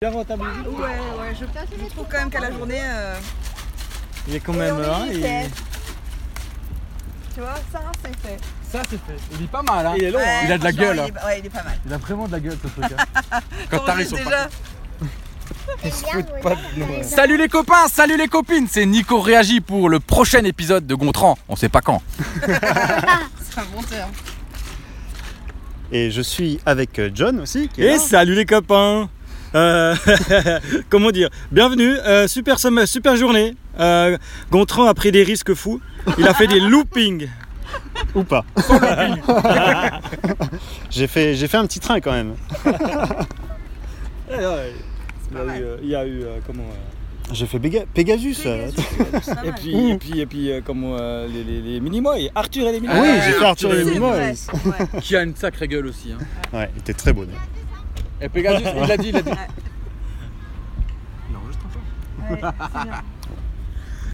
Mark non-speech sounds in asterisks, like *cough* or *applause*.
Bien rentabilisé Ouais, ouais, je, je trouve quand même qu'à la journée, euh, Il est quand Et même. on est hein, il... limité. tu vois, ça c'est fait. Ça, c'est fait. Il est pas mal, hein Il est long, hein. Ouais, Oh, il a de la franchement, gueule. Il est, ouais, il est pas mal. Il a vraiment de la gueule, ce truc. hein. *laughs* Quand t'arrives déjà, Salut les copains, salut les copines, c'est Nico Réagi pour le prochain épisode de Gontran. On sait pas quand. c'est un bon terme. Et je suis avec euh, John aussi. Qui est Et là. salut les copains Euh, *laughs* Comment dire Bienvenue, euh, super, sem- super journée. Euh, Gontran a pris des risques fous. Il a fait *laughs* des loopings. Ou pas. *laughs* j'ai fait, j'ai fait un petit train quand même. C'est pas mal. il y a eu euh, comment J'ai fait Péga- Pegasus. euh, C'est pas et mal. puis et puis et puis euh, comment euh, les, les, les Minimoy, Arthur et les Minimoy. Ah Oui, j'ai fait Arthur et C'est Minimoy. vrai, ouais. Qui a une sacrée gueule aussi. Hein. Ouais, il était très beau. d'ailleurs. Et Pegasus, il l'a dit, il l'a dit. Ouais, c'est bien.